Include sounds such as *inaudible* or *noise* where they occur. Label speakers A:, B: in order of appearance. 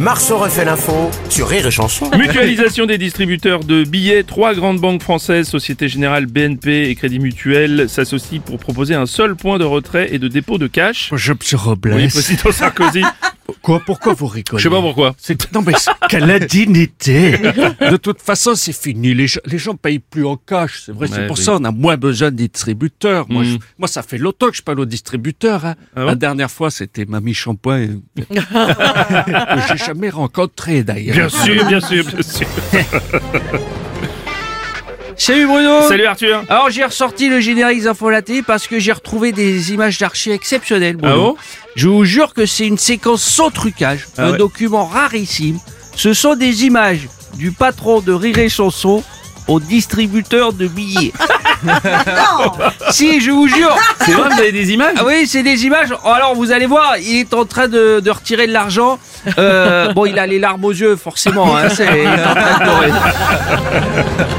A: Marceau refait l'info sur Rire et Chanson.
B: Mutualisation des distributeurs de billets. Trois grandes banques françaises, Société Générale, BNP et Crédit Mutuel, s'associent pour proposer un seul point de retrait et de dépôt de cash.
C: Je me Robles.
B: Oui, président Sarkozy.
C: Quoi Pourquoi vous rigolez
B: Je sais pas pourquoi.
C: C'est- Non mais c'est- quelle
B: *laughs*
C: indignité De toute façon, c'est fini. Les gens, les gens payent plus en cash. C'est vrai,
B: Ouais,
C: c'est pour
B: oui.
C: ça on a moins besoin de distributeurs. Moi,
B: Mm.
C: je- moi, ça fait longtemps que je parle aux distributeurs. hein.
B: Ah bon
C: La dernière fois, c'était Mamie Shampoing. euh,
B: *laughs*
C: que j'ai jamais rencontré d'ailleurs.
B: Bien sûr, bien sûr, bien sûr.
C: Salut Bruno
B: Salut Arthur.
C: Alors j'ai ressorti le générique d'Infolatée parce que j'ai retrouvé des images d'archives exceptionnelles. Bruno.
B: Ah bon
C: Je vous jure que c'est une séquence sans trucage,
B: Ah
C: un
B: ouais.
C: document rarissime. Ce sont des images du patron de Rire et Chanson au distributeur de billets. si, je vous jure
B: C'est vrai, vous avez des images
C: ah oui, c'est des images. Alors vous allez voir, il est en train de, de retirer de l'argent. Euh, bon, il a les larmes aux yeux, forcément. hein, c'est- il est en train de pleurer.